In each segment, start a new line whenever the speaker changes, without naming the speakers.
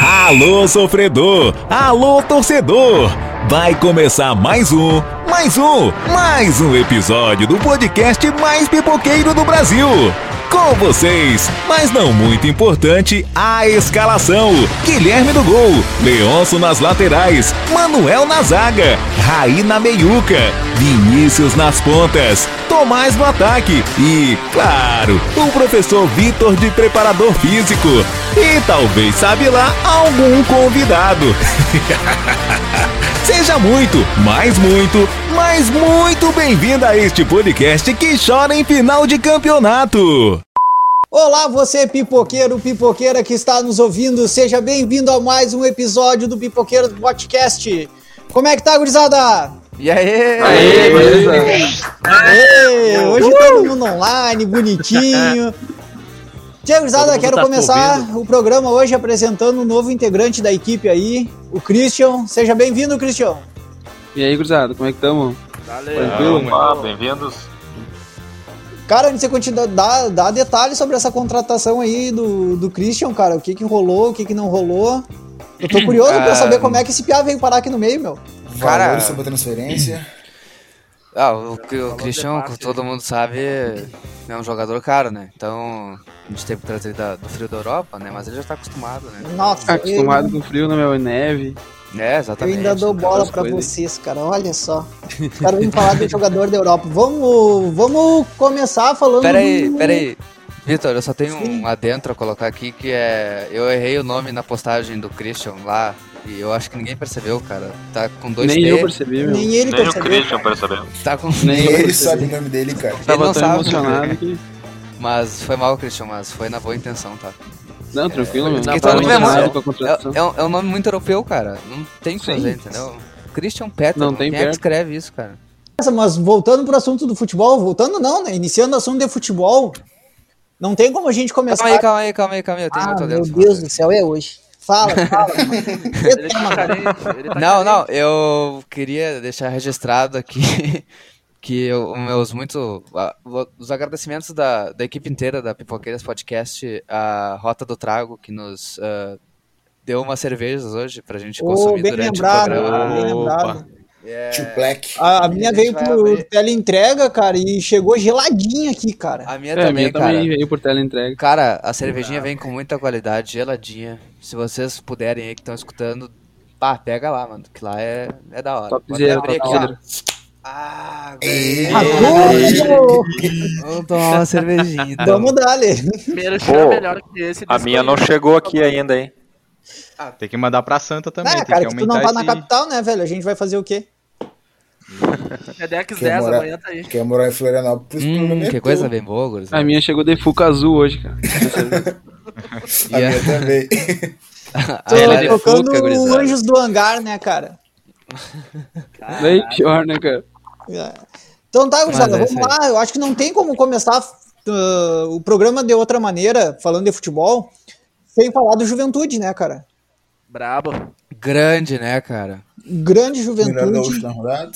Alô, sofredor! Alô, torcedor! Vai começar mais um, mais um, mais um episódio do podcast mais pipoqueiro do Brasil. Com vocês, mas não muito importante, a escalação: Guilherme no gol, Leonço nas laterais, Manuel na zaga, Raí na meiuca, Vinícius nas pontas, Tomás no ataque e, claro, o professor Vitor de preparador físico. E talvez, sabe lá, algum convidado. Seja muito, mais muito, mais muito bem-vindo a este podcast que chora em final de campeonato.
Olá, você pipoqueiro, pipoqueira que está nos ouvindo, seja bem-vindo a mais um episódio do Pipoqueiro do Podcast. Como é que tá, gurizada?
E aí?
Aê, beleza?
Ei, hoje todo mundo online, bonitinho. Tia gurizada,
mundo
quero
tá
começar o programa hoje apresentando um novo integrante da equipe aí, o Christian. Seja bem-vindo, Christian.
E aí, gurizada, como é que estamos? Tranquilo?
Olá, bem-vindos.
Cara, antes de você continuar, dá, dá detalhes sobre essa contratação aí do, do Christian, cara. O que que rolou, o que que não rolou. Eu tô curioso pra
Ah.
saber como é que esse piá veio parar aqui no meio, meu.
Cara-
Valores sobre a transferência.
Ah, o, que- o Cristiano, como todo mundo sabe, é um jogador caro, né? Então, a gente teve que trazer ele da- do frio da Europa, né? Mas ele já tá acostumado, né?
Nossa,
Acostumado com frio na minha neve.
É,
Eu
exatamente.
ainda dou bola
Aquelas
pra
coisas aí.
vocês, cara. Olha só. Quero vir falar do jogador da Europa. Vamos, vamos começar falando.
Peraí,
do-
peraí. Vitor, eu só tenho um adentro a colocar aqui que é. Eu errei o nome na postagem do Christian lá. E eu acho que ninguém percebeu, cara. Tá com dois
Nem
T,
eu percebi, meu.
Nem ele
Nem o
percebeu.
Christian percebeu.
Tá com
Nem eu
ele
percebi.
sabe o nome dele, cara.
Ele
Tava
não
tão
sabe. né?
emocionado que...
Mas foi mal, Christian, mas foi na boa intenção, tá?
Não, tranquilo, meu.
Porque
Tava
todo mundo é
emocionado
muito-
com a contratação.
É, é um, é um nome muito europeu, cara. Não tem o que
Sim.
fazer, entendeu? Christian Petter,
Não
não,
tem
tem quem é que
perto.
escreve isso, cara.
Nossa, Mas voltando pro assunto do futebol, voltando não, né? Iniciando o assunto de futebol, não tem como a gente começar.
Calma aí, calma aí, calma aí, calma aí. Eu tenho
ah,
outro
meu
adendo pra
Deus
fazer.
do céu, é hoje. Fala, fala. Que tema, cara.
Não, não, eu queria deixar registrado aqui que eu- os meus muito. a- Os agradecimentos da, da equipe inteira da Pipoqueiras Podcast, a Rota do Trago, que nos ah, deu umas cervejas hoje pra gente
Ô,
consumir
bem
durante
lembrado,
o programa.
bem lembrado.
Tio Black.
A, a minha
Ele
veio
Ah, vai
por
abrir.
teleentrega, cara, e chegou geladinha aqui, cara.
A minha
É, a
também,
minha
cara.
também veio por teleentrega.
Cara, a cervejinha vem com muita qualidade, geladinha. Se vocês puderem aí que estão escutando, pá, pega lá, mano, que lá é, é da hora. Pode
Topzera,
abrir aqui,
topzera.
ó. Ah,
Ei.
Alô?
Vamos tomar uma cervejinha. então.
Vamos dar-lhe.
Primeiro cheiro é
Pô,
melhor que esse.
A minha não chegou aqui ainda, hein?
Tem que mandar pra Santa também,
Ah,
tem
cara,
que
que
aumentar
tu Ah, não tá na
esse-
capital, né, velho? A gente vai fazer o quê?
É Dex
Quer
10,
morar-
amanhã tá aí.
Quer morar em Florianópolis?
Hum,
problema é
que coisa
teu.
bem boa, gurizada.
A minha chegou de Fuca Azul hoje, cara.
A
E a-
minha também.
a
Tô
ela é
tocando
fuca, gurizada.
Anjos do Hangar, né, cara?
Daí pior, né, cara?
É. Então tá, gurizada,
Mas é
vamos
isso
lá. Eu acho que não tem como começar uh, o programa de outra maneira, falando de futebol, sem falar do Juventude, né, cara?
Brabo.
Grande, né, cara?
Grande
Melhor gaúcho
Juventude,
na rodada.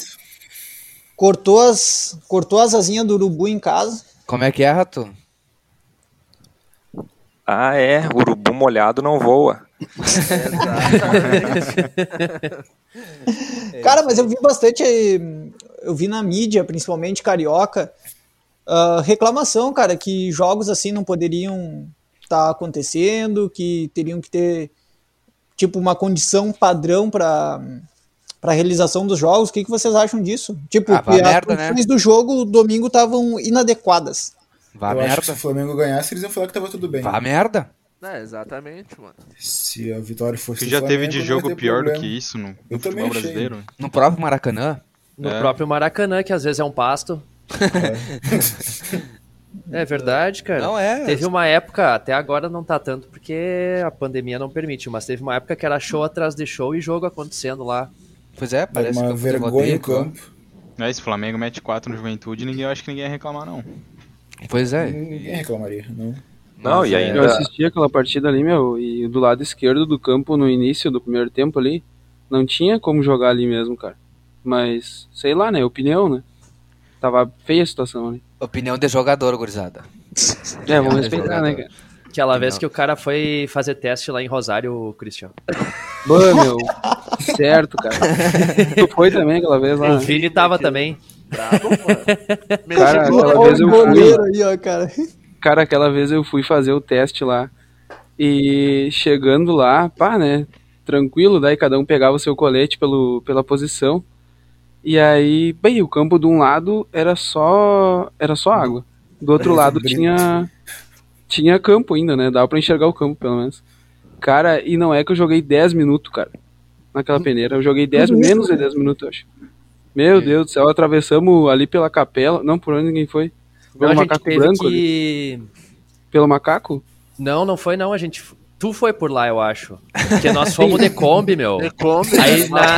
cortou as, cortou as asinhas do urubu em casa.
Como é que é, Rato?
Ah, é. Urubu molhado não voa.
Cara, mas eu vi bastante, eh, eu vi na mídia, principalmente carioca, ah, reclamação, cara, que jogos assim não poderiam estar acontecendo, que teriam que ter, tipo, uma condição padrão para para realização dos jogos. O que, que vocês acham disso? Tipo,
Ah,
que
vá
as
merda,
condições do jogo domingo estavam inadequadas.
Vá
eu acho que se
merda.
o Flamengo ganhasse, eles iam falar que tava tudo bem.
Vá merda.
É, exatamente, mano.
Se a vitória fosse
Que
do
já teve
Flamengo,
de
não
jogo
ia ter
pior do
problema.
que isso no, no
Eu também
futebol
achei.
brasileiro. né?
No próprio Maracanã.
No
É.
próprio Maracanã, que às vezes é um pasto. É verdade, cara.
Não é.
Teve uma época, até agora não tá tanto porque a pandemia não permite, mas teve uma época que era show atrás de show e jogo acontecendo lá.
Pois é,
Era
parece que
uma
eu
vergonha então. no
odeio, cara.
campo.
É, esse Flamengo mete 4 no Juventude, ninguém eu acho que ninguém ia reclamar, não.
Pois é.
Ninguém reclamaria, não.
Não,
Mas
e
é-
Eu
ainda.
assisti aquela partida ali, meu, e do lado esquerdo do campo, no início do primeiro tempo ali, não tinha como jogar ali mesmo, cara. Mas, sei lá, né? Opinião, né? Tava feia a situação ali.
Opinião de jogador, gurizada.
É, vamos
Olha,
respeitar,
jogador.
né, cara?
Aquela vez que o cara foi fazer teste lá em Rosário, Cristiano.
Bah, meu. certo, cara. Tu foi também aquela vez lá.
o
né?
Vini tava também.
Brabo, mano. Mesmo
Cara,
com-
aquela
Olha
vez eu
o
fui.
goleiro aí, ó, cara.
Cara, aquela vez eu fui fazer o teste lá. E chegando lá, pá, né? Tranquilo, daí cada um pegava o seu colete pelo, pela posição. E aí, bem, o campo de um lado era só era só água. Do outro
um
lado
Brito.
tinha tinha campo ainda, né? Dava pra enxergar o campo, pelo menos. Cara, e não é que eu joguei 10 minutos, cara. Naquela peneira, eu joguei 10
Uhum.
menos de 10 minutos, eu acho.
É.
Meu Deus do céu, atravessamos ali pela capela, não por onde ninguém foi.
Então
Pelo
a gente
macaco
teve
branco ali.
que.
Pelo macaco?
Não, não foi não, a gente. Tu foi por lá, eu acho. Porque nós fomos de Kombi, meu.
de Kombi, Ah,
Aí na-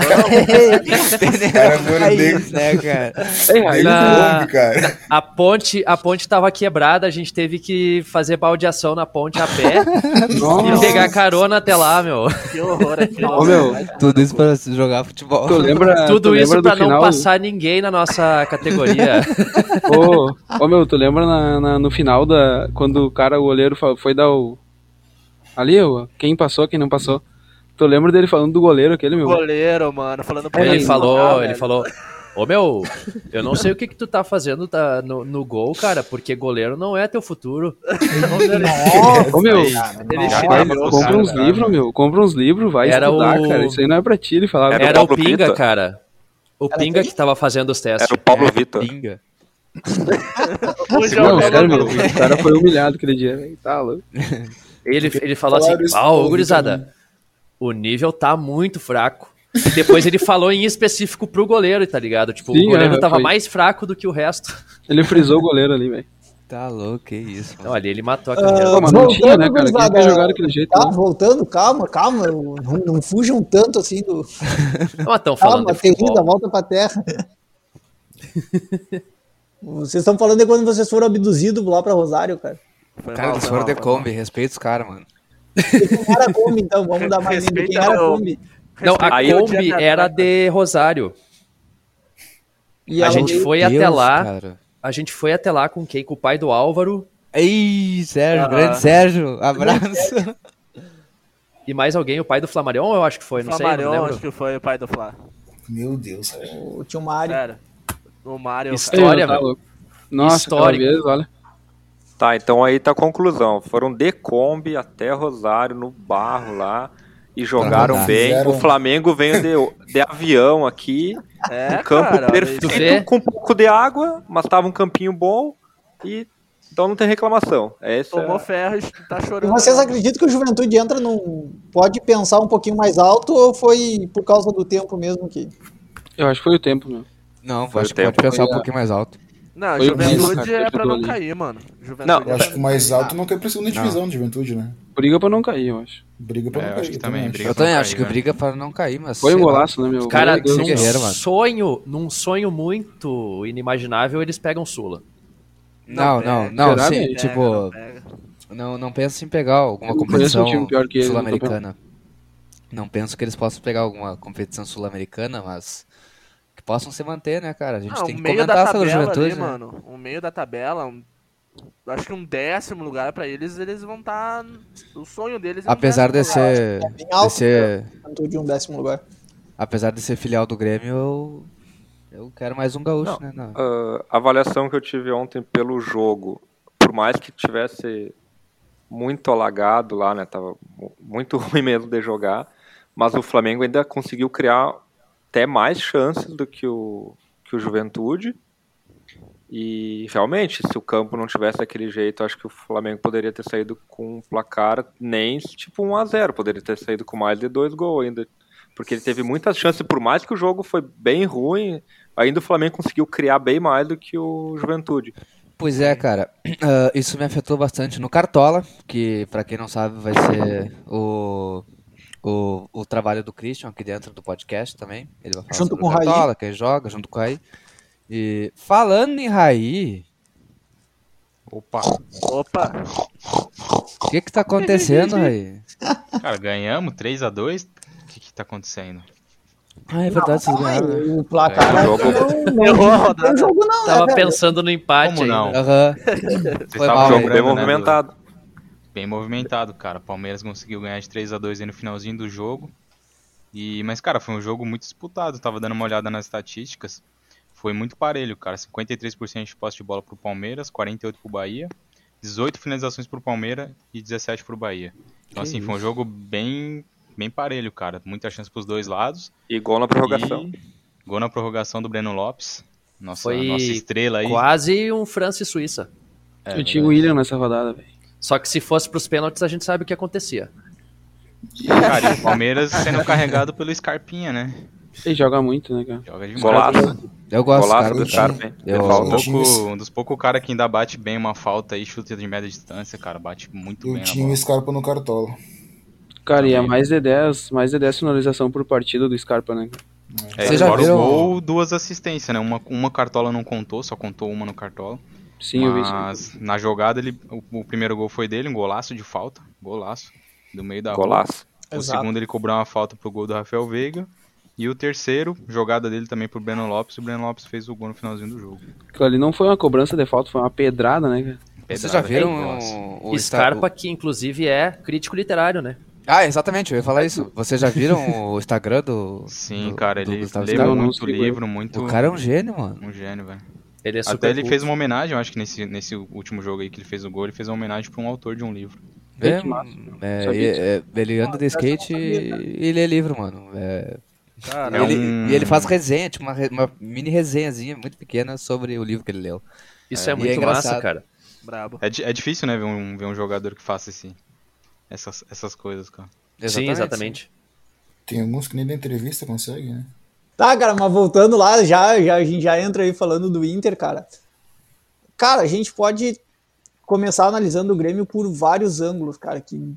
Cara, mano, dele,
né, cara?
Ei,
dele
na-
bombe, cara.
A ponte, a ponte tava quebrada, a gente teve que fazer baldeação na ponte a pé e
Nossa.
pegar carona até lá, meu.
que horror aqui.
Ô, meu,
Tudo isso pra se jogar futebol.
tu lembra, tu
Tudo
lembra
isso
do
pra não
final?
passar ninguém na nossa categoria.
Ô, ô, meu, tu lembra na- na- no final da. Quando o cara, o goleiro, fa- foi dar o. Ali, ô, quem passou, quem não passou. Tu lembra dele falando do goleiro aquele, meu?
Goleiro, mano, falando pra
Ele
não
falou,
jogar,
ele
velho.
falou, ô meu, eu não sei o que que tu tá fazendo tá, no, no gol, cara, porque goleiro não é teu futuro.
Ô, meu,
assim, Ele
vai,
chegou,
compra
cara.
uns livros, meu. Compra uns livros, vai
Era
estudar,
o-
cara. Isso aí não é pra ti, ele falava.
Era o
Era o
Pablo
Pinga,
Pita?
cara. O Pinga que tava fazendo os testes. É,
Era o Paulo Vitor.
Pinga.
Hoje é o
Não,
jogo
sério,
do-
meu. O cara foi humilhado aquele dia, velho. Tá louco.
Ele, ele falou assim,
Falaram isso
ah, ô,
pra
gurizada, o nível tá muito fraco. E depois ele falou em específico pro goleiro, tá ligado? Tipo,
Sim,
o goleiro
aham,
tava
foi.
mais fraco do que o resto.
Ele frisou o goleiro ali, velho.
Tá louco, que isso. mano. Tá
Olha, ele matou a carreira.
Pô, mas não
Ah, voltando,
tinha, né, cara? Quem
gurizada,
que jogaram daquele jeito?
Tá,
né?
voltando, calma, calma. Não, não fujam tanto assim do.
Não estão falando
Calma,
de futebol.
querida, volta pra terra. Vocês estão falando de quando vocês foram abduzidos lá pra Rosário, cara.
Foi
Cara,
mal,
eles
foi
foram
mal,
de
foi mal.
Kombi, respeita os caras, mano.
E Quem era a Kombi, então? Vamos dar mais ainda. Quem
Respeita
era a
o-
Kombi?
Não, a
Aí eu-
Kombi era de Rosário.
E
A
ela
gente
veio-
foi
Deus,
até lá.
Cara.
A gente foi até lá com quem? Com o pai do Álvaro
Ei, Sérgio,
Ah.
grande Sérgio, abraço.
e mais alguém, o pai do Flamarion, eu acho que foi, não sei,
Flamarion,
não
acho
lembro.
que foi o pai do Flá.
Meu Deus, cara.
Tinha uma área.
Sério. O Mario.
Isso.
cara.
História,
Tá
velho.
louco. Nossa, aquela
Histórico.
vez, olha.
Tá, então aí tá a conclusão. Foram de Kombi até Rosário, no barro lá. E jogaram
rodar.
bem.
Fizeram-
O Flamengo veio de, de avião aqui.
É,
um campo
cara,
perfeito,
Tu
é?
vê?
com um pouco de água, mas tava um campinho bom. E então não tem reclamação. É isso.
Tomou
É...
ferro e tá
E
chorando.
vocês acreditam que o Juventude entra num. Pode pensar um pouquinho mais alto ou foi por causa do tempo mesmo que.
Eu acho que foi o tempo, meu.
Não,
Foi
acho
o
que pode
tempo.
pensar um
Foi a-
pouquinho mais alto.
Não,
Foi o Vinicius,
juventude
cara, que
é pra não
ajudou ali.
cair, mano. Juventude
Não,
é
Eu acho que o mais alto não quer pra segunda divisão de juventude, né?
Briga pra não cair, eu acho.
Briga pra
É,
não
eu
cair.
acho que também,
acho.
briga.
Eu também
pra não
acho
cair,
que
né?
briga para não cair, mas.
Foi um
sei lá.
golaço, né, meu?
Cara,
Meu Deus
num
do céu.
guerreiro, mano.
sonho, num sonho muito inimaginável, eles pegam Sula.
Não, não,
pega,
não,
Será,
sim,
velho?
pega, não
tipo,
pega.
não, não penso em pegar alguma
Eu não conheço um
competição
time pior que eles,
sul-americana. Não penso que eles possam pegar alguma competição sul-americana, mas que possam se manter, né, cara? A gente
Ah,
tem
o
que
meio
comentar
da
sobre o
tabela
juventude,
ali,
né?
mano. O meio da tabela, um- acho que um décimo lugar pra eles, eles vão estar. O sonho deles é um
Apesar de
décimo lugar.
ser,
É bem
né?
de
alto,
ser
Juventude um décimo lugar.
apesar de ser filial do Grêmio, eu, eu quero mais um gaúcho, né? Não.
Ah, a avaliação que eu tive ontem pelo jogo, por mais que tivesse muito alagado lá, né? Tava mu- muito ruim mesmo de jogar, mas o Flamengo ainda conseguiu criar até mais chances do que o, que o Juventude. E realmente, se o campo não tivesse daquele jeito, acho que o Flamengo poderia ter saído com um placar nem tipo 1 a 0 poderia ter saído com mais de dois gols ainda. Porque ele teve muitas chances, por mais que o jogo foi bem ruim, ainda o Flamengo conseguiu criar bem mais do que o Juventude.
Pois é, cara. Ah, isso me afetou bastante no Cartola, que pra quem não sabe vai ser o, o, o trabalho do Christian aqui dentro do podcast também. Ele vai falar
Junto
sobre
com o
o
Raí.
Cartola, quem joga, junto com o Raí. E falando em Raí,
Opa!
Opa,
o que que tá acontecendo, Raí?
Cara, ganhamos 3x2. O que que tá acontecendo?
Ah, é verdade, vocês ganharam, né?
O placar um
É, o jogo-
não, não,
errou a
não,
rodada.
jogo não, né,
Tava
velho?
pensando no empate
Como não?
ainda.
Aham.
Vocês
Foi
estavam
mal,
jogo
lembrando,
bem
né,
movimentado.
bem movimentado, cara. O Palmeiras conseguiu ganhar de 3 a 2 aí no finalzinho do jogo. E mas cara, foi um jogo muito disputado. Eu tava dando uma olhada nas estatísticas. Foi muito parelho, cara. 53% de posse de bola pro Palmeiras, 48 pro Bahia, 18 finalizações pro Palmeiras e 17 pro Bahia. Então assim, foi um jogo bem bem parelho, cara. Muita chance pros dois lados.
E gol na prorrogação.
E gol na prorrogação do Breno Lopes. Nossa,
Foi
nossa estrela aí.
Quase um França e Suíça.
É
eu tinha o William nessa rodada, velho.
Só que se fosse pros pênaltis, a gente sabe o que acontecia.
Cara, e o Palmeiras sendo carregado pelo Scarpinha, né? um
Ele joga muito, né, cara?
Joga demais.
Golaço.
Eu gosto,
Golaço
cara.
do Sharpen.
Eu-
Um,
Falta.
pouco- um dos poucos caras que ainda bate bem uma falta aí, chuta de média distância, cara. Bate muito
Eu
bem na
tinha o
bola.
Scarpa no cartola.
Cara, e é mais de 10, mais de 10 finalização por partida do Scarpa, né?
É,
Vocês já
fora
viram-
o gol, duas assistências, né? Uma, uma cartola não contou, só contou uma no cartola.
Sim, eu vi isso.
Mas na jogada, ele, o, o primeiro gol foi dele, um golaço de falta. Golaço. Do meio da rua.
Golaço.
O
Exato.
segundo ele cobrou uma falta pro gol do Rafael Veiga. E o terceiro, jogada dele também pro Breno Lopes. O Breno Lopes fez o gol no finalzinho do jogo.
Aquilo ali não foi uma cobrança de falta, foi uma pedrada, né, cara?
Vocês
Pedrada,
já
que
viram
golaço.
o, o
Scarpa, que inclusive é crítico literário, né?
Ah, exatamente, eu ia falar isso. Vocês já viram o Instagram do.
Sim,
do-
cara,
do
ele
Gustavo
leu
Scarpa?
Não, não
muito
sigo ele.
livro, muito.
O cara é um gênio, mano.
Um gênio, velho.
Ele é super
Até ele
culto.
fez uma homenagem, eu acho que nesse, nesse último jogo aí que ele fez o gol, ele fez uma homenagem pra um autor de um livro.
É,
que massa,
é,
Sabia
e- é, ele anda
Ah,
de skate e e lê livro, mano. É,
Cara,
É
ele,
um-
E ele faz resenha, tipo uma, re- uma mini resenhazinha muito pequena sobre o livro que ele leu.
Isso é,
E é
muito massa,
engraçado.
cara.
brabo.
É, di- é difícil, né, ver um, ver um jogador que faça esse, essas, essas coisas, cara.
Sim, exatamente.
Tem alguns que nem da entrevista consegue, né?
Tá, cara, mas voltando lá, já, já, a gente já entra aí falando do Inter, cara. Cara, a gente pode começar analisando o Grêmio por vários ângulos, cara. Que...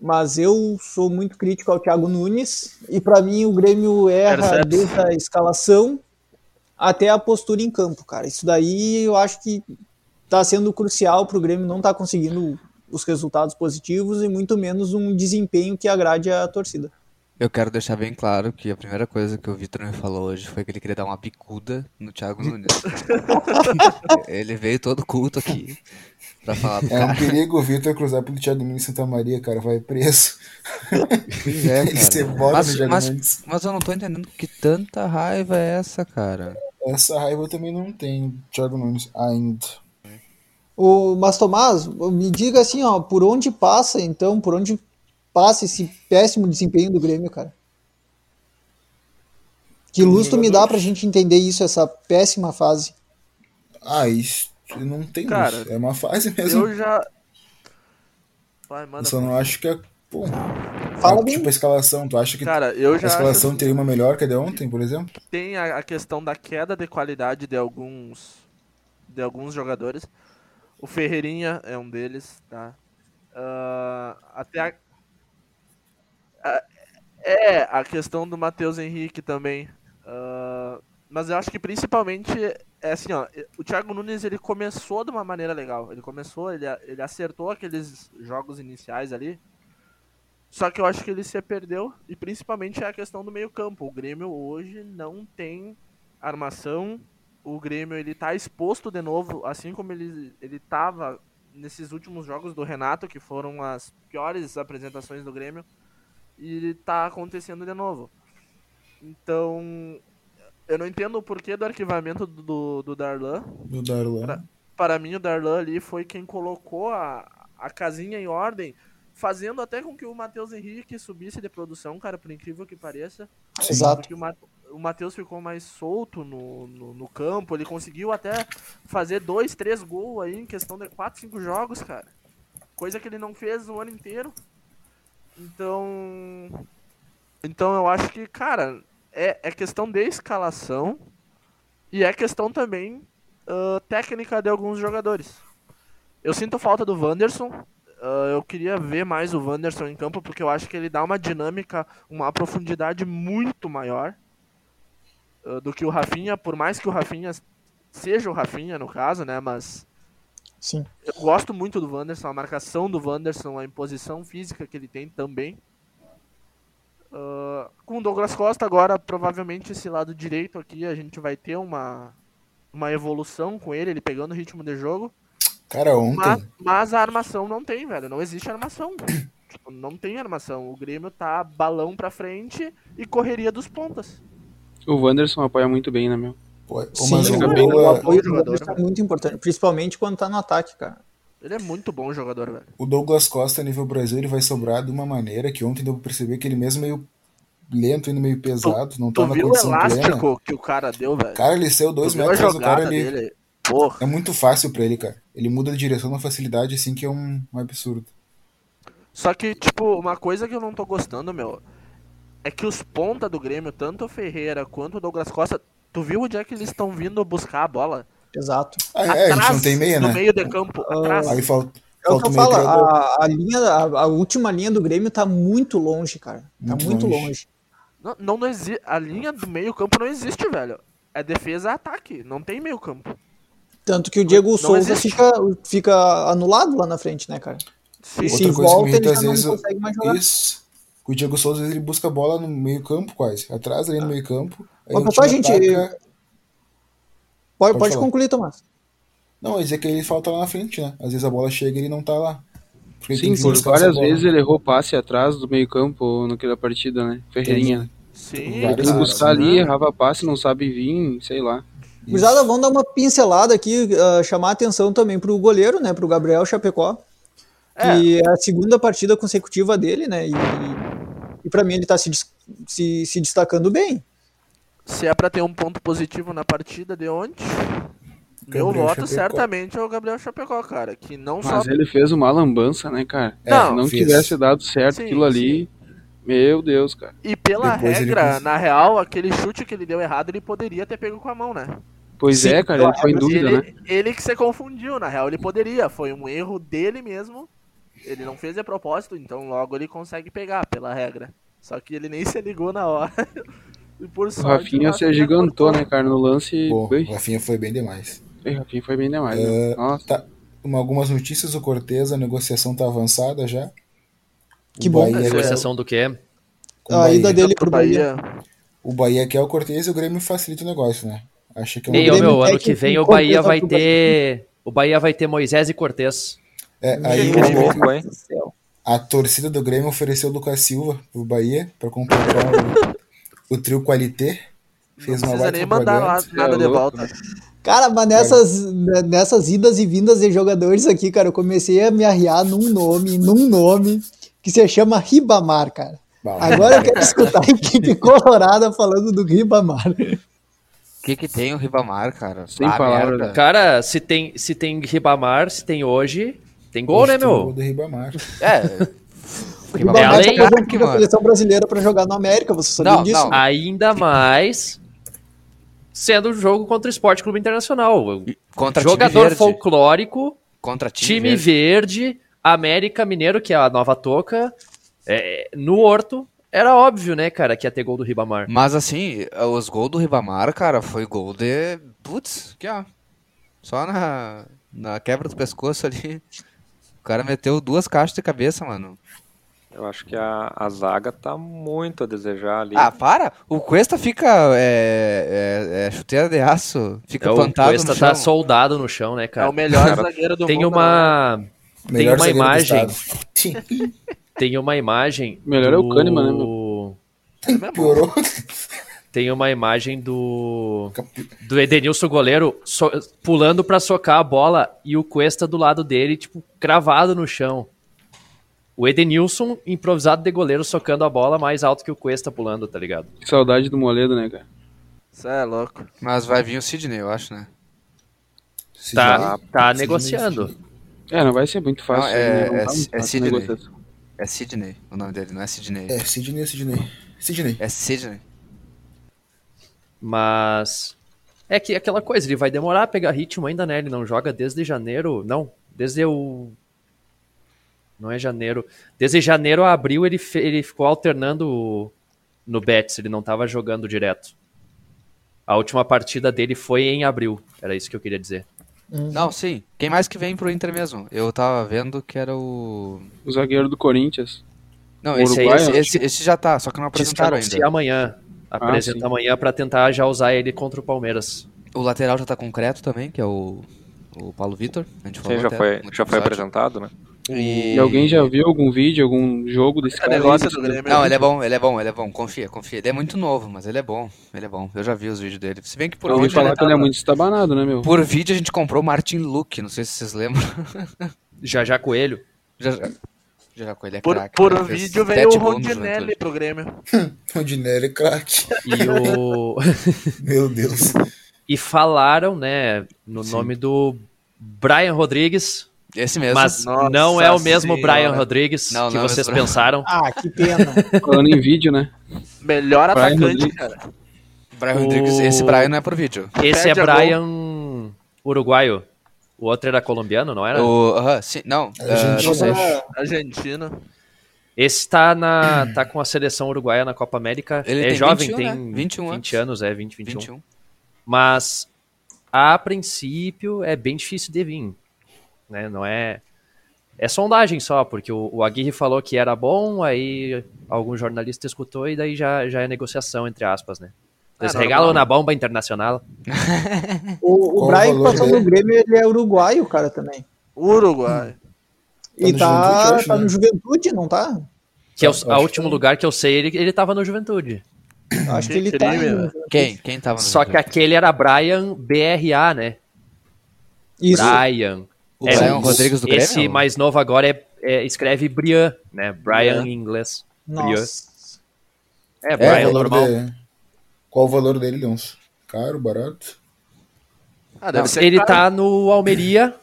Mas eu sou muito crítico ao Thiago Nunes e pra mim o Grêmio erra
Percebe-se.
desde a escalação até a postura em campo, cara. Isso daí eu acho que tá sendo crucial pro Grêmio não tá conseguindo os resultados positivos e muito menos um desempenho que agrade a torcida.
Eu quero deixar bem claro que a primeira coisa que o Vitor me falou hoje foi que ele queria dar uma bicuda no Thiago Nunes. ele veio todo culto aqui pra falar pro
É um
cara.
perigo o Vitor cruzar pelo Thiago Nunes em Santa Maria, cara. Vai preso.
Pois é,
Eles
cara.
te botam
Mas-
no Thiago
mas-
Nunes.
Mas eu não tô entendendo que tanta raiva é essa, cara.
Essa raiva eu também não tenho, Thiago Nunes, ainda.
O, mas Tomás, me diga assim, ó, por onde passa então, por onde passa esse péssimo desempenho do Grêmio, cara? Que luz tu me dá pra gente entender isso, essa péssima fase?
Ah, isso não tem
Cara,
luz. É uma fase
né?
mesmo.
Eu já. Vai,
Eu
manda.
só não acho que é. Bom,
Fala
ah,
bem.
tipo a escalação, tu acha que
Cara, eu
a
já acho
escalação teria uma melhor que a de ontem, por exemplo?
tem a, a questão da queda de qualidade de alguns de alguns jogadores. O Ferreirinha é um deles, tá? Ah, até a, Ah, é a questão do Matheus Henrique também. Ah, mas eu acho que principalmente é assim, ó, o Thiago Nunes ele começou de uma maneira legal. Ele começou, ele, a- ele acertou aqueles jogos iniciais ali, só que eu acho que ele se perdeu, e principalmente é a questão do meio-campo. O Grêmio hoje não tem armação. O Grêmio ele tá exposto de novo, assim como ele ele tava nesses últimos jogos do Renato, que foram as piores apresentações do Grêmio, e tá acontecendo de novo. Então, eu não entendo o porquê do arquivamento do, do Darlan,
Do Darlan.
Pra- para mim o Darlan ali foi quem colocou a, a casinha em ordem, fazendo até com que o Matheus Henrique subisse de produção, cara, por incrível que pareça.
Exato.
Porque o, Ma- o Matheus ficou mais solto no, no, no campo, ele conseguiu até fazer dois, três gols aí em questão de quatro, cinco jogos, cara. Coisa que ele não fez o ano inteiro. Então. Então eu acho que, cara, é, é questão de escalação e é questão também ah, técnica de alguns jogadores. Eu sinto falta do Wanderson. ah, eu queria ver mais o Wanderson em campo, porque eu acho que ele dá uma dinâmica, uma profundidade muito maior ah, do que o Rafinha, por mais que o Rafinha seja o Rafinha, no caso, né? Mas
Sim.
eu gosto muito do Wanderson, a marcação do Wanderson, a imposição física que ele tem também. Ah, com o Douglas Costa, agora provavelmente esse lado direito aqui a gente vai ter uma, uma evolução com ele, ele pegando o ritmo de jogo.
Cara,
Mas,
ontem.
mas a armação não tem, velho. Não existe armação. tipo, não tem armação. O Grêmio tá balão pra frente e correria dos pontas.
O Wanderson apoia muito bem, né, meu?
Pô, pô,
Sim,
mas o é
cara,
bem,
o
Douglas,
apoio do
jogador,
jogador tá
né?
muito importante, principalmente quando tá no ataque, cara.
Ele é muito bom jogador, velho.
o Douglas Costa, nível Brasil, ele vai sobrar de uma maneira que ontem deu pra perceber que ele mesmo meio lento, ainda meio pesado, não tá
Tu
na
viu o
condição
elástico
plena.
que o cara deu, velho?
Cara, ele saiu
Tu
dois
viu a
metros, o cara
jogada
ele.
dele? Porra.
É muito fácil pra ele, cara. Ele muda de direção na facilidade, assim, que é um, um absurdo.
Só que, tipo, uma coisa que eu não tô gostando, meu, é que os ponta do Grêmio, tanto o Ferreira quanto o Douglas Costa, tu viu onde é que eles estão vindo buscar a bola?
Exato. Ah,
Ah, é, a gente não tem meia,
no
né?
meio de campo, atrás.
Aí falta,
É o que
falta
eu
o meio
falo,
criador.
a, a linha, a, a última linha do Grêmio tá muito longe, cara. Tá
Muito
muito,
longe.
longe.
Não, não, não exi- A linha do meio campo não existe, velho. É defesa ataque, não tem meio campo.
Tanto que o Diego Souza
existe.
fica, fica anulado lá na frente, né, cara?
Sim,
se
Outra coisa que me
volta,
irrita
ele
às
já não
vezes.
consegue mais jogar.
Isso. O Diego Souza às vezes, ele busca a bola no meio-campo, quase. Atrás
Ah.
ali no meio-campo. aí
Mas,
o
pessoal,
time
gente,
ataca.
Pode,
Pode
pode
falar.
concluir, Tomás.
Não, mas é que ele falta lá na frente, né? Às vezes a bola chega e ele não tá lá. Porque ele tem
Sim,
que vir
por
buscar essa
várias
bola.
vezes ele errou passe atrás do meio-campo naquela partida, né? Ferreirinha.
sim.
Vários
Ele
Claro,
buscar
né?
ali, errava passe, não sabe vir, sei lá.
Isso.
Cruzada, vamos dar uma pincelada aqui, ah, chamar a atenção também pro goleiro, né? Pro Gabriel Chapecó. Que é a segunda partida consecutiva dele, né? E, e para mim ele tá se, des- se, se destacando bem.
Se é pra ter um ponto positivo na partida de ontem, meu
Gabriel
voto
Chapecó.
certamente é o Gabriel Chapecó, cara. Que não
Mas
só.
ele fez uma lambança, né, cara?
É,
Não,
Se não
fez.
tivesse dado certo
Sim,
aquilo ali, meu Deus, cara.
E pela
Depois ele
regra,
cons-
na real, aquele chute que ele deu errado, ele poderia ter pego com a mão, né?
Pois
Sim,
é, cara, ele foi em dúvida, né?
ele, ele que se confundiu, na real, ele poderia. Foi um erro dele mesmo. Ele não fez a propósito, então logo ele consegue pegar, pela regra. Só que ele nem se ligou na hora. E por
O
sorte,
Rafinha se agigantou, né, cara, no lance. e-
Pô,
Ui,
o Rafinha foi bem demais.
o Rafinha foi bem demais, né? Nossa.
Tá. Uma- algumas notícias, o Cortez, a negociação tá avançada já. O
Que bom.
Bahia quer-
Negociação do quê?
né, com o
A ida
Bahia.
dele
Pro
pro Bahia.
Bahia.
O Bahia quer o Cortez e o Grêmio facilita o negócio, né? Achei que é uma
Ei, ô,
Grêmio
meu, ano
técnico
que vem o
cortês
Bahia
lá
vai
pro
ter. O Bahia vai ter Moisés e Cortez.
É, aí
Que
o-
louco, hein?
a torcida do Grêmio ofereceu o Lucas Silva pro Bahia pra completar o, o trio Qualité. Fez
Não
uma
precisa
baita
nem mandar lá
propaganda.
nada
É
de
louco,
volta.
Cara, mas nessas, né, nessas idas e vindas de jogadores aqui, cara, eu comecei a me arriar num nome, num nome, que se chama Ribamar, cara.
Bah,
Agora eu quero escutar a equipe colorada falando do Ribamar.
O que, que tem o Ribamar, cara?
Sem
Ah,
palavras. né?
merda.
Cara, se tem, se tem Ribamar, se tem hoje, tem gol,
hoje
né,
tem o gol
meu?
do Ribamar.
É. o
É
Ribamar
Ribamar
além
já
do
um
foi vendido
craque,
da
mano.
seleção brasileira pra jogar no América, você sabia
Não,
disso?
não.
Ainda mais sendo um jogo contra o Esporte Clube Internacional.
Contra time
Jogador
verde.
folclórico,
Contra time,
time
verde.
verde, América Mineiro, que é a nova toca, é, no Horto. Era óbvio, né, cara, que ia ter gol do Ribamar.
Mas assim, os gols do Ribamar, cara, foi gol de. Putz, que ó. Só na, na quebra do pescoço ali. O cara meteu duas caixas de cabeça, mano.
Eu acho que a, a zaga tá muito a desejar ali.
Ah, para! O Cuesta fica. É, é- é chuteira de aço, fica
É, o
plantado
Cuesta
no
tá
chão.
soldado no chão, né,
É
cara?
o melhor zagueiro do
tem
mundo. né?
uma
Melhor
uma
zagueiro do
imagem.
estado. Sim,
tem uma imagem
Melhor é o Kahneman, né,
do...
Piorou.
tem uma imagem do do Edenilson goleiro so- pulando pra socar a bola e o Cuesta do lado dele, tipo, cravado no chão. O Edenilson improvisado de goleiro socando a bola mais alto que o Cuesta pulando, tá ligado?
Que saudade do Moledo, né, cara?
Isso é louco.
Mas vai vir o Sidney, eu acho, né?
Se
Tá,
jogar,
tá
se
negociando.
É, não vai ser muito fácil.
Não, é-
né?
um-
Não
é-
tá muito fácil
é
a
Sidney.
negociação.
É Sidney o nome dele, não é Sidney.
É, Sidney, Sidney. Sidney.
É Sidney.
Mas é que aquela coisa, ele vai demorar a pegar ritmo ainda, né? Ele não joga desde janeiro, não, desde o não é janeiro. Desde janeiro a abril ele, fe- ele ficou alternando no Betis, ele não tava jogando direto. A última partida dele foi em abril, era isso que eu queria dizer.
Não, sim. Quem mais que vem pro Inter mesmo? Eu tava vendo que era o.
O zagueiro do Corinthians.
Não,
O
esse, aí,
Uruguai,
esse,
eu
esse, esse já tá, só que não
Diz que
apresentaram
anuncia
ainda. Ah,
amanhã, apresenta
Ah, sim.
amanhã pra tentar já usar ele contra o Palmeiras.
O lateral já tá concreto também, que é o o Paulo Vitor. A gente
Sim,
falou
já
até
foi,
no
já foi
episódio.
apresentado, né?
E...
E alguém já viu algum vídeo, algum jogo desse
É
cara? aí?
negócio do Grêmio.
né?
Não, ele é bom, ele é bom, ele é bom. Confia, confia. Ele é muito novo, mas ele é bom. Ele é bom. Eu já vi os vídeos dele. Se bem que por
Eu ouvi
vídeo
falar
ele
que ele é
tava-
muito estabanado, né, meu?
Por vídeo a gente comprou o Martin Luke, não sei se vocês lembram.
Já já Coelho.
Já, já, já com ele é
Por,
craque,
por
cara,
um
fez
vídeo veio
sete né,
o
gols no Juventude.
Rondinelli pro Grêmio.
O dinheiro é craque.
E, o...
Meu Deus.
e falaram, né, no nome do Brian Rodrigues,
Esse mesmo.
mas
Nossa
não é o mesmo
Senhora.
Brian Rodrigues
Não,
que
não é o
vocês
mesmo.
pensaram.
Ah, que pena.
Falando em vídeo, né?
Melhor
Brian
atacante,
Rodrigues.
cara.
Brian
o-
Rodrigues, esse Brian não é pro vídeo.
Esse é
Perde a gol.
Brian uruguaio. O outro era colombiano, não era?
O, aham, sim, não.
A gente
ah,
não
sei.
Argentina.
Esse tá, na, tá com a seleção uruguaia na Copa América.
Ele
é
tem
jovem,
21,
tem
né? 21
20 anos, é 20, 21.
21.
Mas, a princípio, é bem difícil de vir. Né? Não é. É sondagem só, porque o, o Aguirre falou que era bom, aí algum jornalista escutou e daí já, já é negociação, entre aspas, né? Eles
Ah,
regalam
normal.
na bomba internacional.
O,
Qual o
o Brian que
valor
passou
dele?
no Grêmio, ele é uruguaio, cara, também.
Uruguai.
E
no Juventude,
tá,
acho,
tá
né?
no Juventude, não tá?
Que é o
Acho
a
que
último
foi.
lugar que eu sei, ele, ele tava no Juventude.
Acho que ele tá.
Incrível.
em-
Quem? Quem tava no
né? Só que
vídeo?
aquele era Brian BRA, né?
Isso.
Brian.
O
é,
Brian
o-
Rodrigues do Grêmio?
Esse mais novo agora é, é- escreve Brian, né? Brian
Brian.
em inglês.
Nossa.
É,
Qual o
Brian
valor
normal.
de- Qual o valor dele, Leonço? Caro, barato?
Ah, deve
Não,
ser
Ele
caro.
tá no Almeria,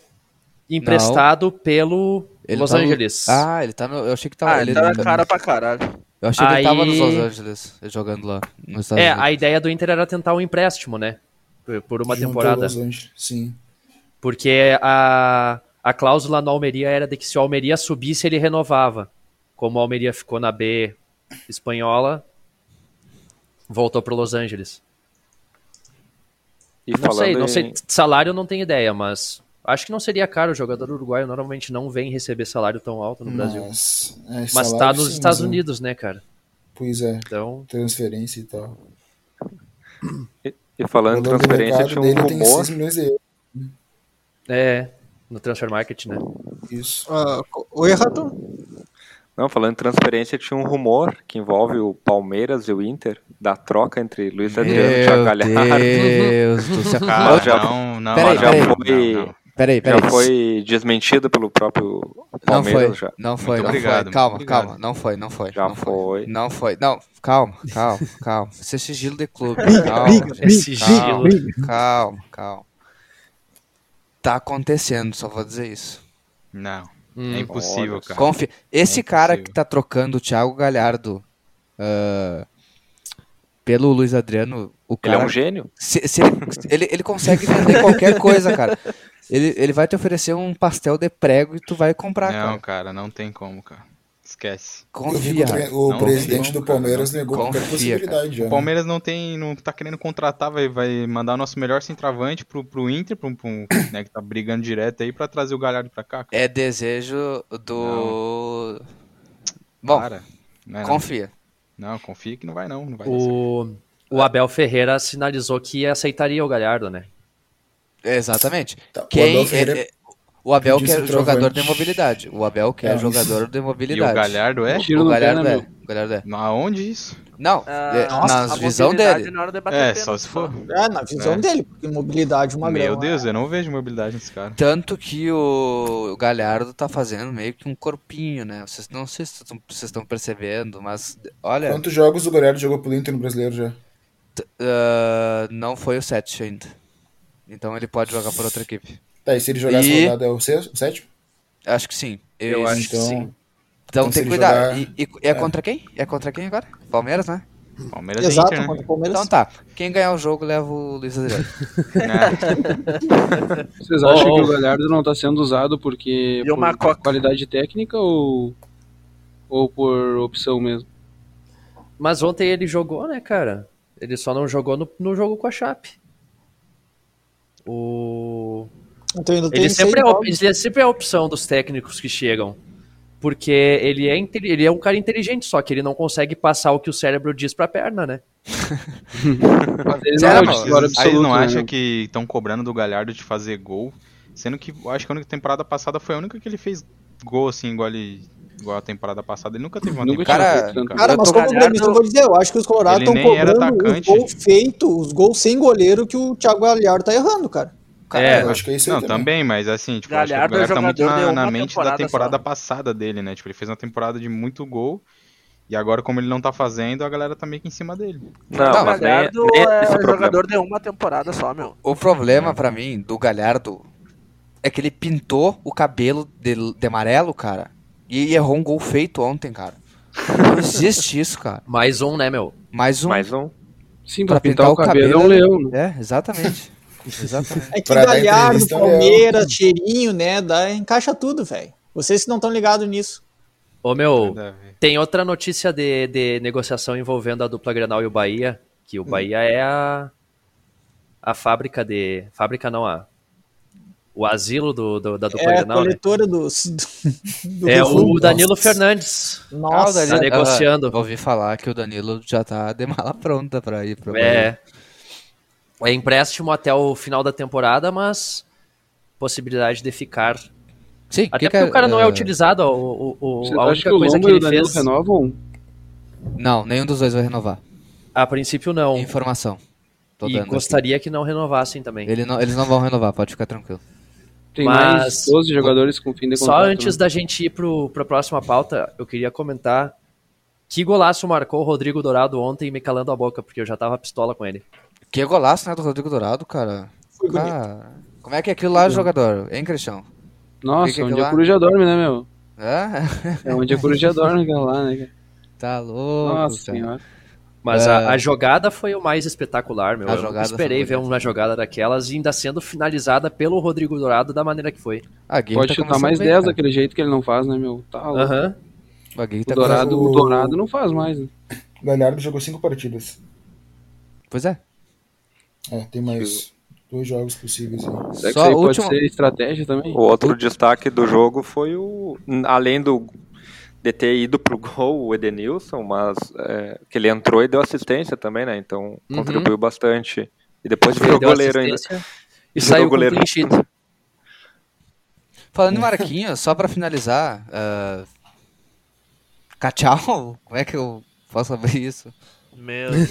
emprestado pelo
Ele
Los
tá no-
Angeles.
Ah, ele tá no. Eu achei que tava.
Ah, ele tá cara pra caralho.
Eu achei que ele tava nos
Aí-
Los Angeles, jogando lá. Nos Estados
é,
Unidos.
a ideia do Inter era tentar um empréstimo, né? Por- Por uma
Juntou
temporada.
Los Angeles, Sim.
Porque a, a cláusula no Almeria era de que se o Almeria subisse, ele renovava. Como o Almeria ficou na B espanhola, voltou pro Los Angeles.
E
Não sei, não
em-
sei. Salário eu não tenho ideia, mas acho que não seria caro. O jogador uruguaio normalmente não vem receber salário tão alto no Brasil.
Mas, é,
Mas tá
salário,
nos
sim,
Estados
mas, né?
Unidos, né, cara?
Pois é,
Então,
transferência e tal.
E falando
O
em
valor do
transferência,
mercado
tinha um
dele tem
rumor.
6 milhões de euros.
é. No Transfer Market, né?
Isso.
Ah, Oi, Rato.
Não, falando em transferência, tinha um rumor que envolve o Palmeiras e o Inter, da troca entre Luiz Adriano e Thiago Galhardo.
Deus do céu.
Mas já-
Cara, não, não,
Peraí,
não,
já
peraí.
foi,
não, não.
Peraí, peraí.
já foi desmentido pelo próprio
Não foi,
Palmeiras já.
não foi,
Muito
não
obrigado,
foi.
muito
Calma,
obrigado.
calma, não foi, não foi.
Já
não
foi.
Não foi. Não, calma, calma, calma. Isso é sigilo de clube. Calma,
briga,
gente,
É sigilo.
calma, calma, calma. Tá acontecendo, só vou dizer isso.
Não,
Hum.
é impossível,
Olha
cara.
Confia. Esse
é
cara
impossível.
que tá trocando o Thiago Galhardo ah, pelo Luiz Adriano, o
Ele
cara
é um gênio.
se, se ele, se ele, ele consegue vender qualquer coisa, cara. Ele, ele vai te oferecer um pastel de prego e tu vai comprar,
Não,
cara.
cara, não tem como, cara. Esquece.
Eu vi que o,
Confia.
tre- o
Não,
presidente
não,
do
cara,
Palmeiras
não.
negou qualquer
Confia,
possibilidade já.
O
né?
Palmeiras não tem, não tá querendo contratar, vai, vai mandar o nosso melhor centroavante pro, pro Inter, pro, pro- né, que tá brigando direto aí pra trazer o Galhardo pra cá, cara.
É desejo do. Bom,
Para. Não, é, não.
confia.
Não, confia que não vai não, não vai dar certo.
O, o Abel Ferreira sinalizou que aceitaria o Galhardo, né?
É, Exatamente.
Tá, o
Quem
Abel Ferreira
é- é- o Abel
pediu
quer
esse
jogador
travante.
de mobilidade. O Abel quer
É.
jogador de
E
mobilidade.
o Galhardo é?
Tiro
o
no pé,
Galhardo
né,
é.
meu?
O Galhardo é.
Aonde isso?
Não,
Ah,
é,
nossa,
na
a
visão
mobilidade
dele.
na hora de bater tipo,
É,
pênalti,
só se for.
É, na visão
É.
dele, porque mobilidade é uma
Meu
grama.
Deus, eu não vejo mobilidade nesse cara.
Tanto que o o Galhardo tá fazendo meio que um corpinho, né? Vocês não sei se tão- vocês estão percebendo, mas olha,
Quantos jogos o Galhardo jogou pelo Inter no brasileiro já?
ah, não foi o 7 ainda. Então ele pode jogar por outra equipe.
Tá, e se ele jogar essa
E-
rodada é o, sexto, o sétimo?
Acho que sim.
Eu
Isso.
acho que
então,
sim.
Então
Então, se
tem
ele
que cuidar.
jogar-
E, e- é contra quem? É contra quem agora? Palmeiras, né?
Palmeiras e
Exato,
Inter, né?
contra o Palmeiras.
Então tá. Quem ganhar o jogo leva o Luiz Adriano.
É,
É. Vocês acham
Oh,
que
oh.
o Galhardo não tá sendo usado porque
E uma coca.
qualidade técnica ou, ou por opção mesmo?
Mas ontem ele jogou, né, cara? Ele só não jogou no, no jogo com a Chape. O...
Então ainda
Ele,
tem
sempre é,
seis
op-
jogos.
ele é sempre é a opção dos técnicos que chegam. Porque ele é, inte- ele é um cara inteligente, só que ele não consegue passar o que o cérebro diz pra perna, né?
Mas ele não
Sério,
é o
mano?
titular
Aí
absoluto,
não
né,
acha
meu?
que estão cobrando do Galhardo de fazer gol Sendo que eu acho que a única temporada passada foi a única que ele fez gol, assim, igual, ele, igual a temporada passada. Ele nunca teve uma
Nunca
temporada
tinha
assim,
feito tanto.
Cara,
Eu
mas
tô
como o
calhado-
gremista, eu vou dizer, eu acho que os Colorados
Ele
estão
nem era
cobrando os
atacante.
gols feitos, os gols sem goleiro que o Thiago Galhardo tá errando, cara.
É, eu
não.
acho que é isso aí
Não,
também.
também, mas assim, tipo, acho que
Galhardo
o
é
Galhardo tá muito
jogador de
na, na
uma
mente
temporada
da temporada
só.
passada dele, né? Tipo, ele fez uma temporada de muito gol e agora, como ele não tá fazendo, a galera tá meio que em cima dele.
Não,
Não, o
mas nem,
Galhardo
nem
é
esse o problema.
jogador de uma temporada só, meu.
O problema pra mim do Galhardo é que ele pintou o cabelo de, de amarelo, cara, e errou um gol feito ontem, cara. Não existe isso, cara.
Mais um, né, meu?
Mais um.
Mais um.
Sim, pra, pintar, o cabelo, é um leão, né?
É, exatamente. exatamente.
É que
Pra dar
Galhardo,
entrevista, Leão.
Palmeiras, Cheirinho, né, dá, encaixa tudo, velho. Vocês que não estão ligados nisso.
Ô, meu,
Nada a ver.
tem outra notícia de, de negociação envolvendo a dupla Grenal e o Bahia, que o
Hum.
Bahia é a, a fábrica de... Fábrica não, a... O asilo do, do- da dupla
É a
Grenal, né?
coletora dos... do- do
É
refúgio.
o Danilo
Nossa.
Fernandes.
Ah, o
Nossa,
Danilo- tá negociando.
Ah, ouvi falar que o Danilo já tá de mala pronta pra ir pro
É. É empréstimo até o final da temporada, mas possibilidade de ficar.
Sim,
Até
que
porque
que
o cara não é
ah,
utilizado. O, o,
Você
o, a
acha que
única
o
coisa
Lombo
que
e o
ele
Danilo
fez.
renovam?
Não, nenhum dos dois vai renovar.
A princípio, não.
Informação. Tô
E
dando
gostaria que não renovassem
aqui.
também.
Ele não- eles não vão renovar, pode ficar tranquilo.
Tem
Mas-
mais 12 jogadores com fim de
Só
contrato. né?
antes da gente ir para a próxima pauta, eu queria comentar que golaço marcou o Rodrigo Dourado ontem me calando a boca, porque eu já tava pistola com ele.
Que golaço, né, do Rodrigo Dourado, cara.
Foi bonito.
Cara, como é que é aquilo lá, jogador? Hein, Cristiano?
Nossa,
Fica
onde
é lá.
a coruja dorme, né, meu?
É?
É onde a coruja dorme, aquela lá, né? cara?
Tá louco,
Nossa
cara.
senhora.
Mas
É.
a, a jogada foi o mais espetacular, meu.
A
eu nunca
jogada foi
esperei
bonita.
ver uma jogada daquelas e ainda sendo finalizada pelo Rodrigo Dourado da maneira que foi.
A Gui
Pode
tá
chutar
começando
mais
bem,
10
cara.
daquele jeito que ele não faz, né, meu? Tá, louco.
Aham.
A Gui
o,
tá começando-
Dourado, o Dourado não faz mais, né?
O Galhardo jogou cinco partidas.
Pois é.
É, tem mais dois jogos possíveis né? aí.
Será É que isso
Só
aí
o
pode
último...
ser estratégia também?
O outro destaque do jogo foi o. Além do de ter ido pro gol o Edenilson, mas é, que ele entrou e deu assistência também, né? Então contribuiu bastante. E depois virou
Perdeu a
goleiro ainda.
Uhum. assistência E
Virou
saiu com
goleiro.
clean sheet.
Falando em Marquinhos, só pra finalizar... ah, Cachau? Como é que eu posso abrir isso?
Meu Deus.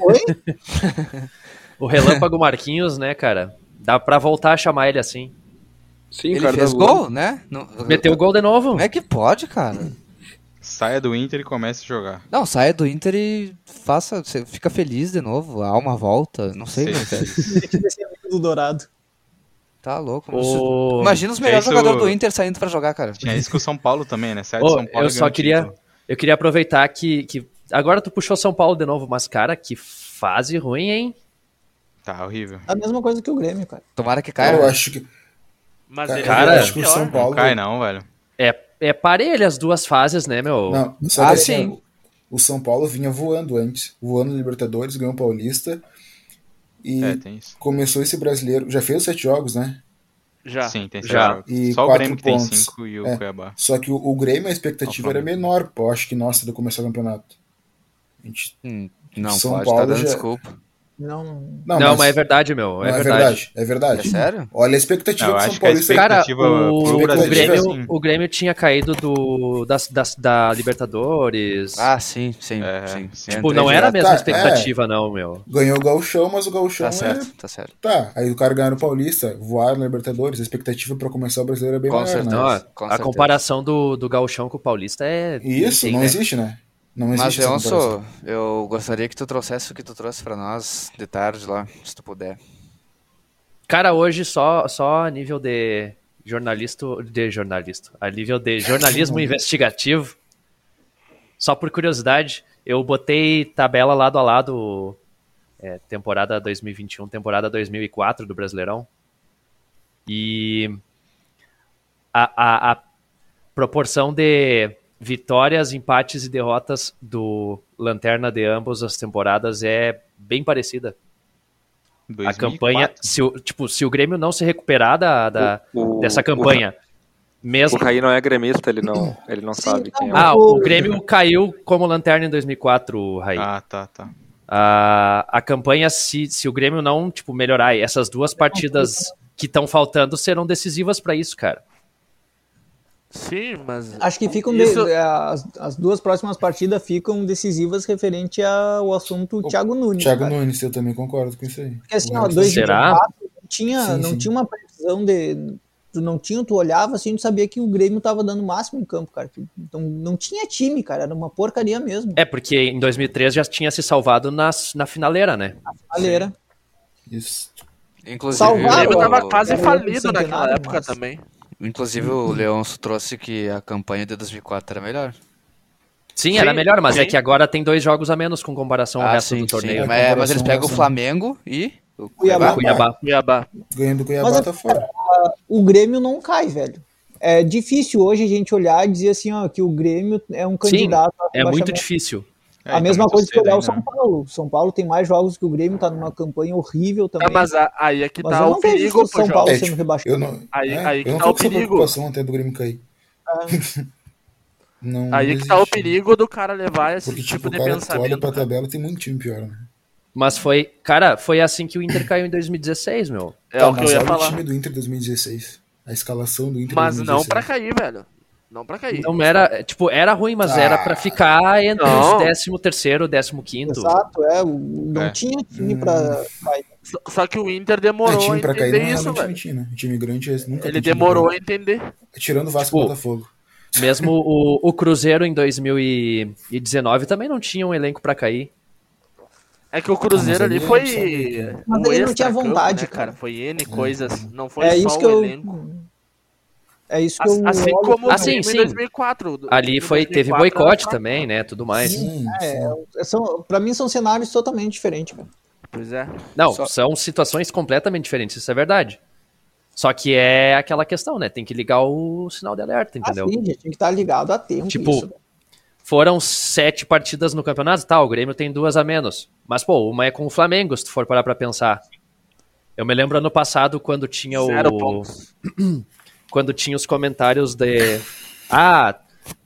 Oi?
O Relâmpago Marquinhos, né, cara? Dá pra voltar a chamar ele assim.
Sim,
Ele
cara,
fez
tá voando.
gol, né? Não-
Meteu o gol de novo.
Como é que pode, cara?
Saia do Inter e comece a jogar.
Não, saia do Inter e faça, você fica feliz de novo, a alma volta, não
Sei.
sei, mas é-
do Dourado.
tá louco.
O-
Imagina os melhores
Isso-
jogadores do Inter saindo pra jogar, cara.
Tinha isso com o São Paulo também, né? Saia
Ô,
do São Paulo
eu
e
só
ganha o
queria-
título.
Eu queria aproveitar que, que. Agora tu puxou São Paulo de novo, mas, cara, que fase ruim, hein?
Tá horrível.
A mesma coisa que o Grêmio, cara.
Tomara que caia.
eu
né?
acho que,
Mas
cara,
ele
Cara,
eu
é
acho que o
pior.
São
Não
Paulo.
cai não, velho.
É, é parelha as duas fases, né, meu?
Não, só que
Ah,
assim,
sim.
o São Paulo vinha voando antes. Voando na Libertadores, ganhou o Paulista. E
É, tem isso.
começou esse brasileiro. Já fez os sete jogos, né?
Já.
Sim, tem
Já.
já.
E
Só o
quatro
Grêmio que tem
pontos.
5 e o
É.
Cuiabá.
Só que o, o Grêmio, a expectativa era menor, pô. Acho que, nossa, do começar o campeonato. A gente-
Hum, Não,
São
pode, tá
Paulo
dando
já-
desculpa.
Não,
Não,
Não, mas... é verdade, meu.
não,
É,
é
verdade.
verdade. É verdade.
É sério?
Olha a expectativa
Não, eu
do
acho
São
que a
Paulo. isso aí-
Cara,
expectativa
o,
pro
o
Brasil,
Grêmio,
assim.
o Grêmio tinha caído do, das- das- da, Libertadores.
Ah, sim, sim,
É,
sim.
sim.
tipo,
Entendi.
não era a mesma
Tá,
expectativa, não, meu.
Ganhou o Gauchão, mas o Gauchão
Tá
é-
certo, tá certo.
Tá, aí o cara ganhou o Paulista, voaram na Libertadores, a expectativa pra começar o brasileiro é bem
Com
maior,
certeza.
Não,
né?
a,
com
a
certeza.
comparação do, do Gauchão com o Paulista é.
E isso
enfim,
não
né?
existe, né? Não
Mas,
existe essa comparação.
Leonso, eu gostaria que tu trouxesse o que tu trouxe pra nós de tarde lá, se tu puder.
Cara, hoje só, só a nível de jornalista. De jornalista. A nível de jornalismo investigativo. Só por curiosidade, eu botei tabela lado a lado. é, temporada 2021, temporada 2004 do Brasileirão. E. A, a, a proporção de vitórias, empates e derrotas do Lanterna de ambas as temporadas é bem parecida. A
2004.
campanha, se o, tipo, se o Grêmio não se recuperar da, da-
O-
dessa
o-
campanha,
O
mesmo.
Raí não é gremista, ele não, ele não
Sim, então
sabe quem é.
Ah, o Grêmio caiu como lanterna em 2004, Raí.
Ah, tá, tá.
É
A, a campanha, se, se o Grêmio não tipo, melhorar e essas duas partidas que estão faltando serão decisivas para isso, cara.
Sim, mas.
Acho que um ficam de-
Isso-
as, as duas próximas partidas ficam decisivas referente ao assunto Thiago Nunes.
Thiago
cara.
Nunes, eu também concordo com isso aí.
Porque assim, ó,
Concordo.
dois
Será?
de quatro, não tinha,
Sim,
não
sim.
tinha uma previsão de. Tu não tinha, tu olhava assim, tu sabia que o Grêmio tava dando o máximo em campo, cara. Que Não, não tinha time, cara. Era uma porcaria mesmo.
É, porque em 2003 já tinha se salvado nas, na finaleira, né?
Baleira.
Isso.
Inclusive,
O
Salvaram,
Grêmio
eu-
tava quase
eu- eu-
falido
eu-
naquela
eu-
época
mas-
também.
Inclusive o Leonço trouxe que a campanha de 2004 era melhor.
Sim, era
Sim,
melhor, mas é
sim.
que agora tem dois jogos a menos com comparação ao
ah,
resto
sim,
do torneio.
sim.
A
Mas, mas eles
comparação
pegam o
é-
Flamengo e o
Cuiabá.
Cuiabá.
Cuiabá.
Ganhando do Cuiabá
Mas é-
tá fora.
O Grêmio não cai, velho. É difícil hoje a gente olhar e dizer assim, ó, que o Grêmio é um
Sim,
candidato. a
é muito
rebaixamento.
difícil.
É,
a
tá
mesma
muito
coisa que
cedo
olhar o
ainda,
São
né?
Paulo. São Paulo tem mais jogos que o Grêmio, tá numa campanha horrível também.
Ah, mas a- aí é que
Mas
tá
eu
o
não vejo
perigo
o
pro
São
jogo.
Paulo
É,
sendo
tipo,
rebaixado.
Eu não,
Aí-
é,
aí que
eu não
tá
tô
o
com essa
perigo.
preocupação até do Grêmio cair. Não
Aí que tá o
desisti.
perigo do cara levar esse
Porque,
tipo,
tipo, o
de
cara tu olha pra
pensamento. né?
tabela, tem muito time pior, né?
Mas foi, cara, foi assim que o Inter caiu em 2016, meu.
É
Tá,
o que
mas
eu ia
olha
falar.
o time do Inter 2016. A escalação do Inter
Mas não
2016.
pra cair, velho. Não pra cair.
Não era, tipo, era ruim, mas era pra ficar entre
Não.
os 13º e 15º.
Exato, é. o- Não
É.
tinha time pra. cair.
Só- Só que o Inter
Hum. É,
demorou a
time pra cair
entender
não
isso,
realmente
velho.
não tinha, né? O time grande é- nunca
Ele
tem time
demorou a
grande.
entender.
Tirando o Vasco
Tipo,
e o Botafogo.
Mesmo o, o Cruzeiro em 2019 também não tinha um elenco pra cair.
É que o Cruzeiro
Ah,
ali
mas ele
foi.
não tinha-
um
Mas ele não tinha
extra-campo,
vontade,
né,
cara.
Foi N coisas. Não foi
É
só
isso
o
que eu.
elenco.
É isso que
Assim,
eu.
assim
olho
como o
pra-
Assim,
Grêmio
sim.
em 2004. do-
Ali
do
foi, teve
2004 era
boicote
fraco.
também, né, tudo
Ah,
mais.
Sim,
É,
sim.
são, pra mim são cenários totalmente diferentes. cara.
Pois é.
Não,
Só-
são situações completamente diferentes, isso é verdade. Só que é aquela questão, né? Tem que ligar o sinal de
Ah,
alerta, entendeu?
Então.
Assim, gente, tem que estar ligado a tempo.
Tipo,
isso, né?
Foram sete partidas no campeonato, tá? O Grêmio tem duas a menos. Mas, pô, uma é com o Flamengo, se tu for parar pra pensar. Eu me lembro ano passado quando tinha o.
Zero pontos.
é.
Quando tinha os comentários de. Ah,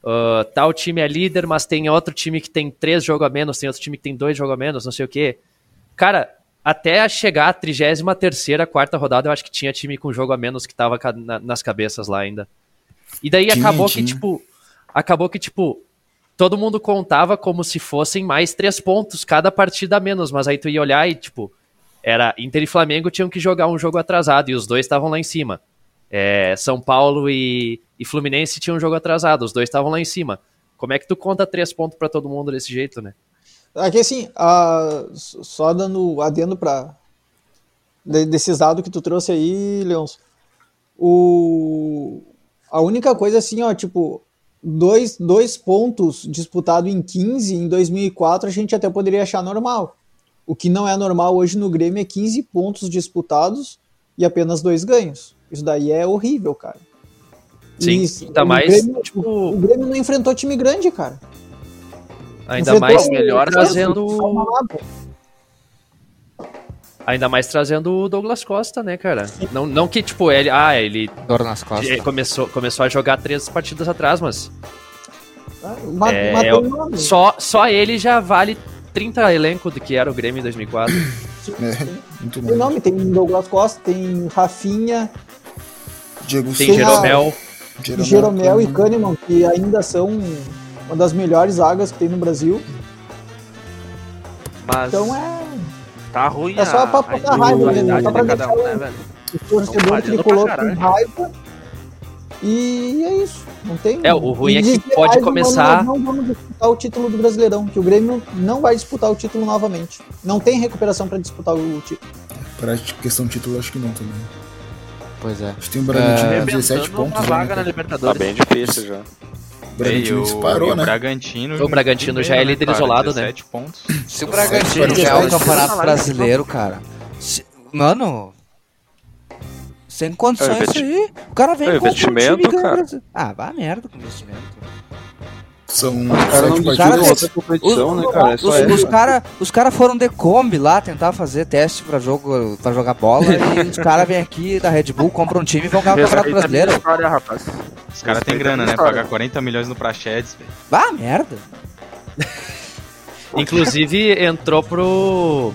ah, tal time é líder, mas tem outro time que tem três jogos a menos, tem outro time que tem dois jogos a menos, não sei o quê. Cara, até chegar a 33 quarta rodada, eu acho que tinha time com jogo a menos que tava ca- na- nas cabeças lá ainda. E daí
Tinha,
acabou
tinha.
que, tipo. Acabou que, tipo, todo mundo contava como se fossem mais três pontos, cada partida a menos, mas aí tu ia olhar e, tipo, era Inter e Flamengo tinham que jogar um jogo atrasado e os dois estavam lá em cima. É, São Paulo e, e Fluminense tinham um jogo atrasado, os dois estavam lá em cima. Como é que tu conta três pontos pra todo mundo desse jeito, né?
Aqui assim, a- só dando adendo para desses dados que tu trouxe aí, Leonço. O a única coisa assim, ó, tipo, dois, dois pontos disputados em 15 em 2004 a gente até poderia achar normal. O que não é normal hoje no Grêmio é 15 pontos disputados e apenas dois ganhos. Isso daí é horrível, cara.
Sim,
E
ainda
o
mais,
Grêmio-
tipo-
o Grêmio não enfrentou time grande, cara.
Ainda
Enfrentou
mais
o
melhor
trazendo,
Alvalade.
ainda mais trazendo o Douglas Costa, né, cara? Não, não que, tipo, ele, ah, ele
Dor nas costas.
eh, começou, começou a jogar três partidas atrás, mas
Ma-
É,
Matou
eu-
meu amigo.
só, só ele já vale 30 elenco do que era o Grêmio em 2004.
É, muito
Tem
bom.
nome, tem Douglas Costa, tem Rafinha,
Diego
Tem
Sim,
Souza,
Jeromel,
e Jeromel e Kahneman, que ainda são uma das melhores zagas que tem no Brasil.
Mas
Então é.
tá ruim
é só
a,
pra
a
botar raiva,
individualidade
né? Só pra
de cada um,
deixar
né, velho?
O torcedor
falhando
tricolor
pra
com
caralho.
raiva. E é isso. Não tem.
É, o ruim
e
é que
dizer,
pode
"Ai, mano,
começar-
nós não vamos disputar o título do Brasileirão, que o Grêmio não vai disputar o título novamente. Não tem recuperação pra disputar o título.
Para questão de título, acho que não também.
Pois é.
A gente tem um o Bragantino com 17
Arrebentando uma
pontos.
vaga na
né?
Tá
Libertadores.
bem difícil já.
O
E
Bragantino
o, e
disparou,
o
né?
Bragantino.
O Bragantino já é líder isolado, né?
17 pontos.
Se o Bragantino
Nossa,
ganhar o
mas-
Campeonato
mas-
Brasileiro, cara. se- mano. Sem
É,
condições isso
investi-
aí. O cara vem
É,
com outro time e
investimento,
ganha o
cara.
Brasil. Ah, vai a merda com investimento.
São
O cara não
sete
os
disputa
caras-
partidas.
outra competição, né, cara? É só
Os,
essa.
os caras os cara foram de Kombi lá tentar fazer teste pra, jogo, pra jogar bola. e os caras vêm aqui da Red Bull, compram um time e vão ganhar o Campeonato
Respeita a minha
Brasileiro.
História, tá rapaz.
Os caras têm grana, né? Pagar 40 milhões no Praxedes, velho.
Vá, merda.
Inclusive, entrou pro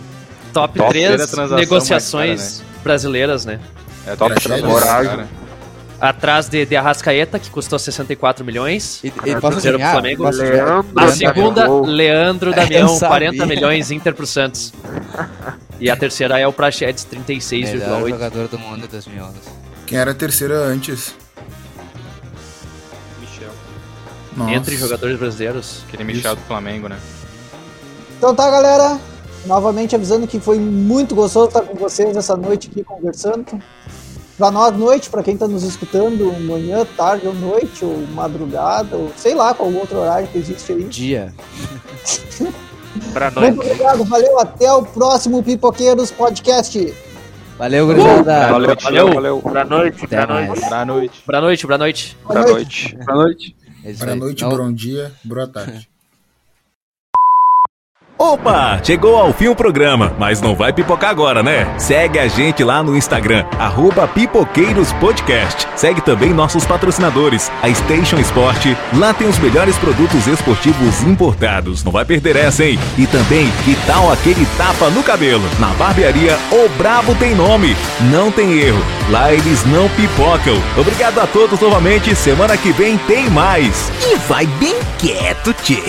top
Top
3
três transação mais
negociações brasileiras, né?
É top
Graxedes.
cara.
Atrás de, de Arrascaeta, que custou 64 milhões.
E, e posso
Cruzeiro pro
adivinhar?
Flamengo.
Posso adivinhar?
A
Leandro
segunda,
Damião.
Leandro
Eu
Damião,
sabia.
40 milhões, Inter pro Santos. E a terceira é o Prachedes,
Melhor
36,8.
jogador do mundo em 2011.
Quem era a terceira antes?
Michel.
Nossa.
Entre jogadores brasileiros.
Aquele Michel do Flamengo, né?
Então tá, galera. Novamente avisando que foi muito gostoso estar com vocês essa noite aqui conversando. Pra nós, noite, pra quem tá nos escutando, manhã, tarde ou noite, ou madrugada, ou sei lá qual outro horário que existe aí.
Dia.
Pra nós.
Muito obrigado, valeu, até o próximo Pipoqueiros Podcast.
Valeu, gurizada.
Valeu, valeu, valeu.
Pra noite,
Até
pra noite.
mais.
Boa noite.
Boa noite, boa noite.
Boa
Boa noite.
Boa noite.
É isso
Boa
aí.
noite,
Não-
bom dia, boa tarde.
Opa, chegou ao fim o programa, mas não vai pipocar agora, né? Segue a gente lá no Instagram, arroba Pipoqueiros Podcast. Segue também nossos patrocinadores, a Station Sport. Lá tem os melhores produtos esportivos importados. Não vai perder essa, hein? E também, que tal aquele tapa no cabelo? Na barbearia, o Brabo tem nome. Não tem erro. Lá eles não pipocam. Obrigado a todos novamente. Semana que vem tem mais. E vai bem quieto, tchê.